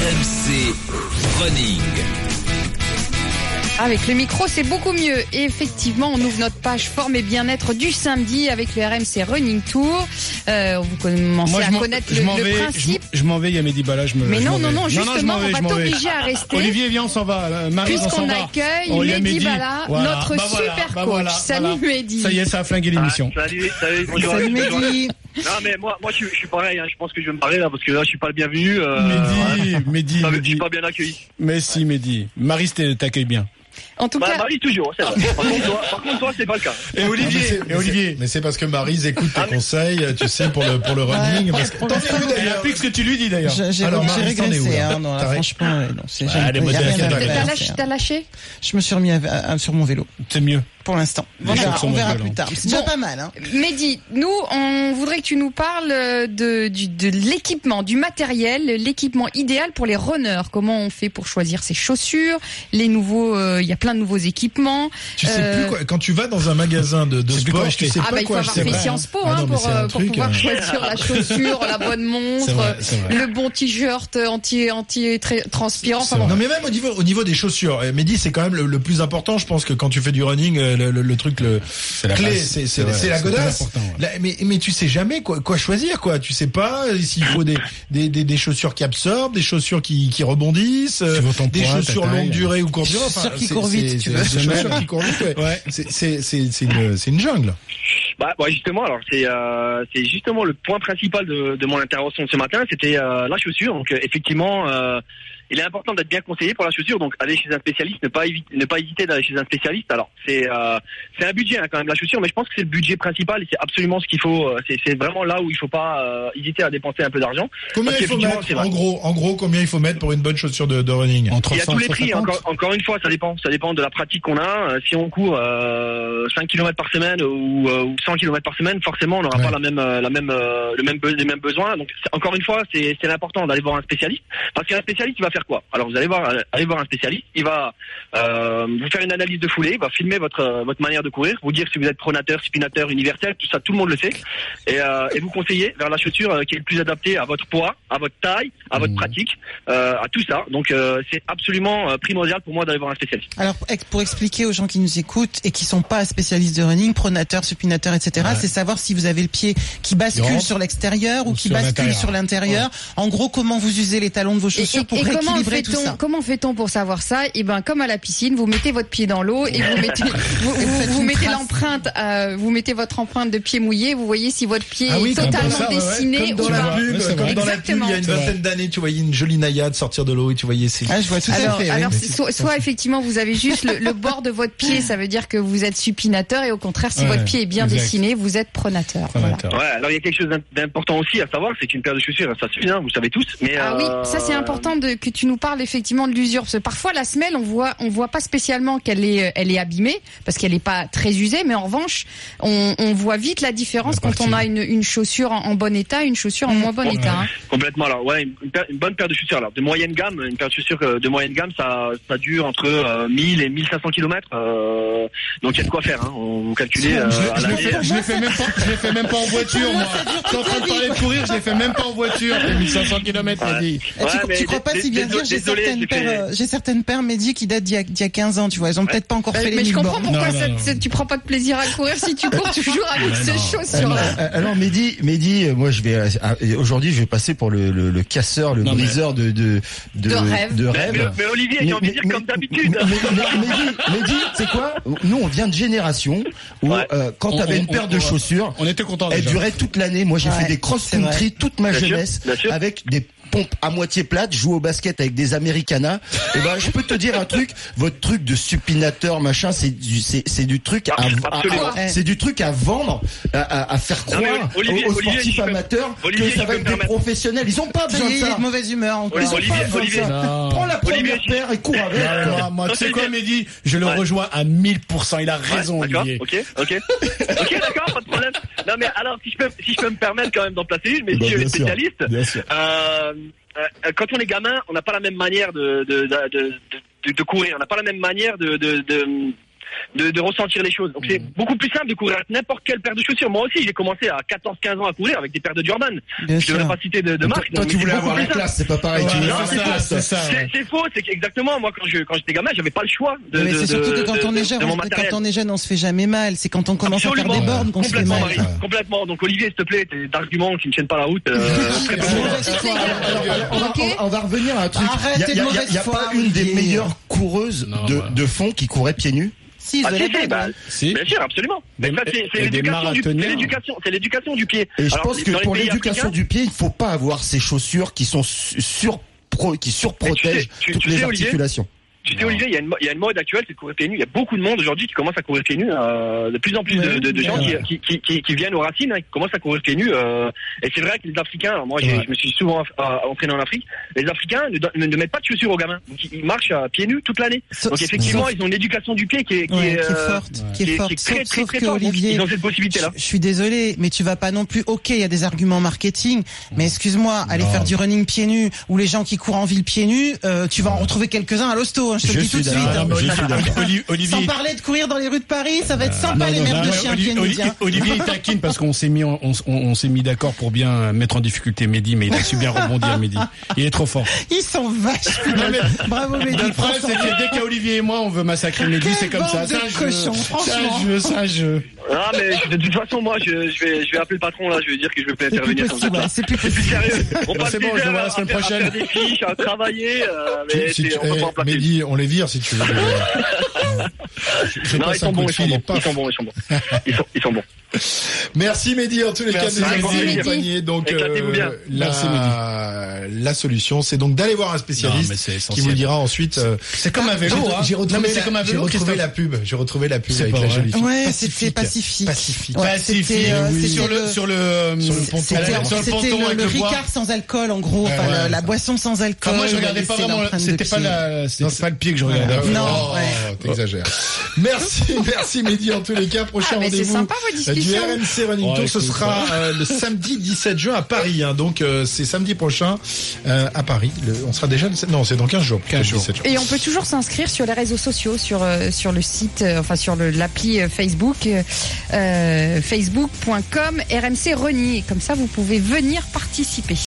RMC Running. Avec le micro, c'est beaucoup mieux. Et effectivement, on ouvre notre page forme et bien-être du samedi avec le RMC Running Tour. Euh, vous commencez Moi, à je m'en- connaître je le, m'en le vais, je principe. m- Je m'en vais, il y a Mehdi Bala, je me Mais je non, m'en non, vais. non, justement, je m'en on vais, va je m'en vais. t'obliger à rester. Olivier, viens, on s'en va. euh, Marie, on s'en Puisqu'on va. accueille Oh, il y a Mehdi Bala, Voilà. notre Bah voilà, super bah coach. voilà, Salut voilà. Mehdi. Ça y est, ça a flingué l'émission. Ah, salut, salut, bonjour. à tous. Mehdi. Non mais moi, moi je, suis- je suis pareil, hein, je pense que je vais me parler là parce que là je suis pas le bienvenu. euh, voilà. Mehdi, Mehdi, Non, mais je suis Mehdi. pas bien accueilli. Mais si, Mehdi. Marie, c'était- t'accueille bien. En tout Bah, cas, Marie toujours, c'est vrai. Par contre toi, par contre toi c'est pas le cas. Et Olivier, et Olivier. Mais c'est parce que Marise écoute tes conseils, tu sais, pour le, pour le running. parce que- T'en es où, Elle d'ailleurs applique ce que tu lui dis d'ailleurs. J'ai- J'ai Alors, j'ai Marie, t'en es où, régressé, là hein, non, là, T'arrêtes franchement, euh, non, c'est Bah, j'ai- les y a modèles rien à cadavres. faire, t'as hein. lâché, t'as lâché Je me suis remis à- à- à- sur mon vélo, C'est mieux. pour l'instant. Les On gens verra, sont on verra modèles, hein. plus tard. C'est Bon. déjà pas mal, hein. Mehdi, nous, on voudrait que tu nous parles euh, de, du- de l'équipement, du matériel, l'équipement idéal pour les runners. Comment on fait pour choisir ses chaussures, les nouveaux, euh, il y a plein de nouveaux équipements. Tu sais Euh, plus quoi. Quand tu vas dans un magasin de, de sais plus quoi sport, acheter. tu sais Ah pas bah il faut quoi avoir acheter. fait C'est vrai. Sciences Po Ah hein, non, mais pour, c'est un euh, pour truc, pouvoir euh, choisir la chaussure, la bonne C'est montre, vrai, c'est vrai. le bon t-shirt euh, anti anti tra- transpirant. Enfin, Non bon. mais même au niveau au niveau des chaussures, eh, Mehdi c'est quand même le, le plus important. Je pense que quand tu fais du running, euh, le, le- le truc le la clé, base. c'est C'est c'est vrai, c'est la c'est très godasse. important, ouais. La- mais mais tu sais jamais quoi quoi choisir quoi. Tu sais pas euh, s'il faut des, des des des chaussures qui absorbent, des chaussures qui qui rebondissent, euh, Sur ton des point, chaussures ta taille. hein. longue durée ou courte durée. Chaussures qui c'est- courent vite, c'est- tu c'est- veux. c'est des chaussures qui courent vite. Ouais. Ouais. C'est c'est c'est c'est une c'est une jungle. Bah, bah, justement, alors c'est euh, c'est justement le point principal de, de mon intervention de ce matin, c'était euh, la chaussure. Donc euh, effectivement, euh, il est important d'être bien conseillé pour la chaussure. Donc aller chez un spécialiste, ne pas évi- ne pas hésiter d'aller chez un spécialiste. Alors c'est euh, c'est un budget hein, quand même la chaussure, mais je pense que c'est le budget principal et c'est absolument ce qu'il faut. euh, C'est c'est vraiment là où il faut pas euh, hésiter à dépenser un peu d'argent. Combien Parce il faut qu'effectivement, mettre c'est vrai. en gros en gros combien il faut mettre pour une bonne chaussure de, de running Entre Il y a tous les 100, prix, hein. 150. encore, encore une fois, ça dépend. Ça dépend de la pratique qu'on a. Euh, Si on court euh, 5 km par semaine ou, euh, ou 100 km par semaine, forcément, on n'aura Ouais. pas la même, euh, la même, euh, le même, be- les mêmes besoins. Donc, c'est- encore une fois, c'est c'est important d'aller voir un spécialiste. Parce qu'un spécialiste, il va faire quoi Alors, vous allez voir, euh, allez voir un spécialiste. Il va euh, vous faire une analyse de foulée, il va filmer votre, euh, votre manière de courir, vous dire si vous êtes pronateur, spinateur, universel, tout ça, tout le monde le sait. Et, euh, et vous conseiller vers la chaussure euh, qui est le plus adaptée à votre poids, à votre taille, à votre pratique euh, à tout ça. Donc euh, c'est absolument euh, primordial pour moi d'aller voir un spécialiste. Alors, ex- pour expliquer aux gens qui nous écoutent et qui sont pas spécialistes de running, pronateur, supinateur, etc., c'est savoir si vous avez le pied qui Il bascule rentre sur l'extérieur ou ou qui sur bascule l'intérieur. sur l'intérieur. En gros, comment vous usez les talons de vos Et, chaussures et- pour et comment rééquilibrer tout fait-on ça. comment fait-on pour savoir ça Et ben comme à la piscine, vous mettez votre pied dans l'eau et vous mettez vous, vous- faites vous une mettez trace. l'empreinte euh, vous mettez votre empreinte de pied mouillé. Vous voyez si votre pied Ah oui, est comme totalement ça, ouais, ouais. dessiné Comme dans ou la pas. pub, Ouais, c'est comme vrai. dans la pub, il y a une Exactement. vingtaine d'années, tu voyais une jolie naïade sortir de l'eau et tu voyais ses... Ah, je vois tout Alors, à fait. oui. alors, c'est soit, soit effectivement vous avez juste le, le bord de votre pied, ça veut dire que vous êtes supinateur, et au contraire, si Ouais, votre pied est bien exact. dessiné, vous êtes pronateur. Voilà. Amateur. Ah. Ouais. alors il y a quelque chose d'im- d'important aussi à savoir, c'est qu'une paire de chaussures, ça suffit, hein, vous savez tous. Mais Ah oui, euh, ça c'est important de, que tu nous parles effectivement de l'usure. Parce que parfois la semelle, on voit, on voit pas spécialement qu'elle est, euh, elle est abîmée parce qu'elle n'est pas très usée, mais en revanche, on, on voit vite la différence La quand on a partie. une, une chaussure en, en bon état, une chaussure en moins bon Ouais. état. hein. Complètement. Alors ouais, une, une paire- une bonne paire de chaussures. Alors de moyenne gamme, une paire de chaussures euh, de moyenne gamme, ça, ça dure entre euh, 1000 et 1500 km. Euh, donc il y a de quoi faire. Hein. On, vous calculez. euh, Je l'ai- à je l'ai l'année. fait- je l'ai fait même pas, je l'ai fait même pas en voiture, moi. Je suis en train de parler de courir, je l'ai fait même pas en voiture. les 1500 km, Ouais. t'as dit. Eh, tu, Ouais, mais tu crois pas dé- si bien dé- dire J'ai désolé, certaines j'ai fait- paires, euh, j'ai certaines paires Mehdi qui datent d'il y, a- d'il y a 15 ans, tu vois. Elles ont peut-être pas encore fait Bah, Mais, je les mille comprends bornes. pourquoi Non, ça- non, non. ça- tu prends pas de plaisir à courir si tu cours toujours avec ces chaussures-là. Euh, Alors Mehdi, Mehdi, euh, moi je vais euh, euh, aujourd'hui je vais passer pour le, le, le casseur, le Non, mais- briseur de de de, De rêve. Mais, mais Olivier, j'ai envie de dire mais- comme d'habitude. mais- mais- mais- Mehdi, Mehdi, c'est quoi Nous on vient de génération où Ouais. euh, quand On- t'avais on- une paire on- de on- chaussures, On était contents elle déjà. durait toute l'année. Moi j'ai Ouais, fait des c'est cross-country toute ma Bien sûr, jeunesse bien sûr. avec des pompes à moitié plates, jouer au basket avec des Americanas. Et ben je peux te dire un truc, votre truc de supinateur machin, c'est du c'est c'est du truc à, à- Absolument. à- c'est du truc à vendre, à, à- à faire Non, croire mais Olivier, aux, aux Olivier, sportifs je peux- amateurs Olivier, que je ça peux va me être des permettre. professionnels. Ils ont pas Ça y besoin est, de il ça. est de mauvaise humeur encore. Ils ont Olivier, pas besoin de Olivier. ça. Non. Prends la Olivier, première je- paire et cours avec. Ah, quoi. moi, moi, tu sais Ok, quoi, je- Mehdi Je le Ouais. rejoins à 1000%. Il a raison, Ouais, d'accord, Olivier. Ok, ok, ok, d'accord, pas de problème. Non mais alors si je peux, si je peux me permettre quand même d'en placer une, mais Bah, si je bien suis sûr. spécialiste, Bien sûr. euh, euh, quand on est gamin, on n'a pas la même manière de de de, de, de- de courir, on n'a pas la même manière de de, de de, de ressentir les choses. Donc c'est Mhm. beaucoup plus simple de courir avec n'importe quelle paire de chaussures. Moi aussi, j'ai commencé à 14-15 ans à courir avec des paires de Jordan. Bien Je ne devrais sûr. pas citer de, de Toi, marque. toi, donc tu c'est voulais beaucoup avoir plus la simple. classe, c'est pas pareil. tu Ouais, voulais avoir c'est la ça, classe. c'est ça. C'est c'est faux, c'est exactement. Moi, quand je quand j'étais gamin, j'avais pas le choix. De, Mais de- c'est surtout que de- quand on de- est de jeune, mon on- matériel. quand on est jeune, on se fait jamais mal. C'est quand on commence à faire des Absolument. bornes qu'on se fait complètement, mal. Marie, complètement. Donc Olivier, s'il te plaît, tes arguments qui ne tiennent pas la route. euh, très peu. On va- Ok. on, on va revenir à un truc. Arrête, Il y t'es a- de il y a- mauvaise Il n'y a foi, pas une des Olivier. meilleures coureuses Non, de, bah. de fond qui courait pieds nus. Si, Ah, de si, la si, balle, bah, ouais. Si. Bien sûr, absolument. Des- Mais ça, c'est c'est et des l'éducation du- c'est marathoniens. l'éducation, c'est l'éducation du pied. Et je Alors, pense que dans les pour pays l'éducation africains, du pied, il faut pas avoir ces chaussures qui sont su- sur pro- qui surprotègent tu sais- tu- toutes tu les sais, Olivier articulations. Tu sais, Olivier, il y, a une mo- il y a une mode actuelle, c'est de courir pieds nus. Il y a beaucoup de monde aujourd'hui qui commence à courir pieds nus. euh, de plus en plus de, de- de gens qui, qui, qui, qui- qui viennent aux racines, hein, qui commencent à courir pieds nus. euh, et c'est vrai que les Africains, alors moi j'ai- je me suis souvent euh, entraîné en Afrique, les Africains ne, don- ne, ne mettent pas de chaussures aux gamins. Donc ils ils marchent à pieds nus toute l'année. Sauf- Donc effectivement, ils ont une éducation du pied qui est, qui Ouais, est, qui est euh, forte, qui qui est est- forte. qui est très, Sauf- très, sauf très que forte. Olivier, Ils ont cette je, possibilité-là. je suis désolé, mais tu vas pas non plus. Ok, il y a des arguments marketing, mais excuse-moi, aller faire du running pieds nus ou les gens qui courent en ville pieds nus, euh, tu vas en retrouver quelques-uns à l'hosto. hein, je te Je le dis tout suis de suite. d'accord. hein. Je suis d'accord. Oli- Sans Olivier, parler de courir dans les rues de Paris, ça va être sympa Euh, Non, les non, merdes non, de non, chiens Oli- pieds nus. Oli- tiens. Olivier il taquine parce qu'on s'est mis, on, on- on s'est mis d'accord pour bien mettre en difficulté Mehdi, mais il a su bien rebondir Mehdi. Il est trop fort. Ils sont vaches. Bravo Mehdi. Le problème, c'est que dès qu'Olivier et moi, on veut massacrer Mehdi, Quelle c'est comme bande ça. de C'est un jeu. cochons, C'est franchement. un jeu, c'est un jeu. Ah mais je- de toute façon moi je, je vais je vais appeler le patron là, je vais dire que je vais plus C'est plus intervenir comme ça. possible. ouais, C'est plus C'est plus possible. sérieux. On passe Eh ben, c'est des bon, je le heures vois la à semaine faire- à prochaine. faire des fiches, à travailler, euh, mais Si- si c'est- tu- on peut eh, pas en placer. Mehdi, on les vire si tu veux. euh, Je Non, ils passe un sont coup bons, de ils sont fil et bons, ils paf. sont bons, ils sont bons. Ils sont, ils sont bons. Merci Mehdi en tous les Merci, cas de nous Mehdi. avoir accompagnés. Donc Éclatez-vous bien. Merci, Merci Mehdi. La solution, c'est donc d'aller voir un Non, mais spécialiste c'est qui essentiel. vous le dira ensuite. euh, C'est comme un vélo, j'ai- hein. J'ai Non, mais retrouvé, c'est la- comme un j'ai vélo, retrouve Christophe. la pub. J'ai retrouvé la pub C'est avec pas la vrai. jolie fille. Ouais, c'était pacifique. Pacifique. Ouais, Pacifique. c'était, euh, Ah, oui. c'était Sur le le- sur le euh, C'est- sur le ponton. C'était Sur le c'était ponton le, avec le le bois. Ricard sans alcool, en gros, Ouais, enfin, ouais, le- la c'est- boisson sans alcool. Enfin, moi, je regardais Euh, laisser pas vraiment, l'empreinte de c'était pas pied. la, c'était pas le pied que je regardais. Ah ouais, Non, oh, ouais. t'exagères. Merci, merci Mehdi en tous les cas. Prochain Ah, mais c'est rendez-vous. sympa votre Euh, Du discussion. RMC Running Ouais, Tour, ce écoute, sera euh, le samedi 17 juin à Paris. hein. donc euh, c'est samedi prochain euh, à Paris. Le- on sera déjà le sept- non, c'est dans 15 jours. 15 jours. Et on peut toujours s'inscrire sur les réseaux sociaux, sur euh, sur le site, euh, enfin sur le- l'appli euh, Facebook, euh, euh, facebook.com rmc Reni. Comme ça, vous pouvez venir participer.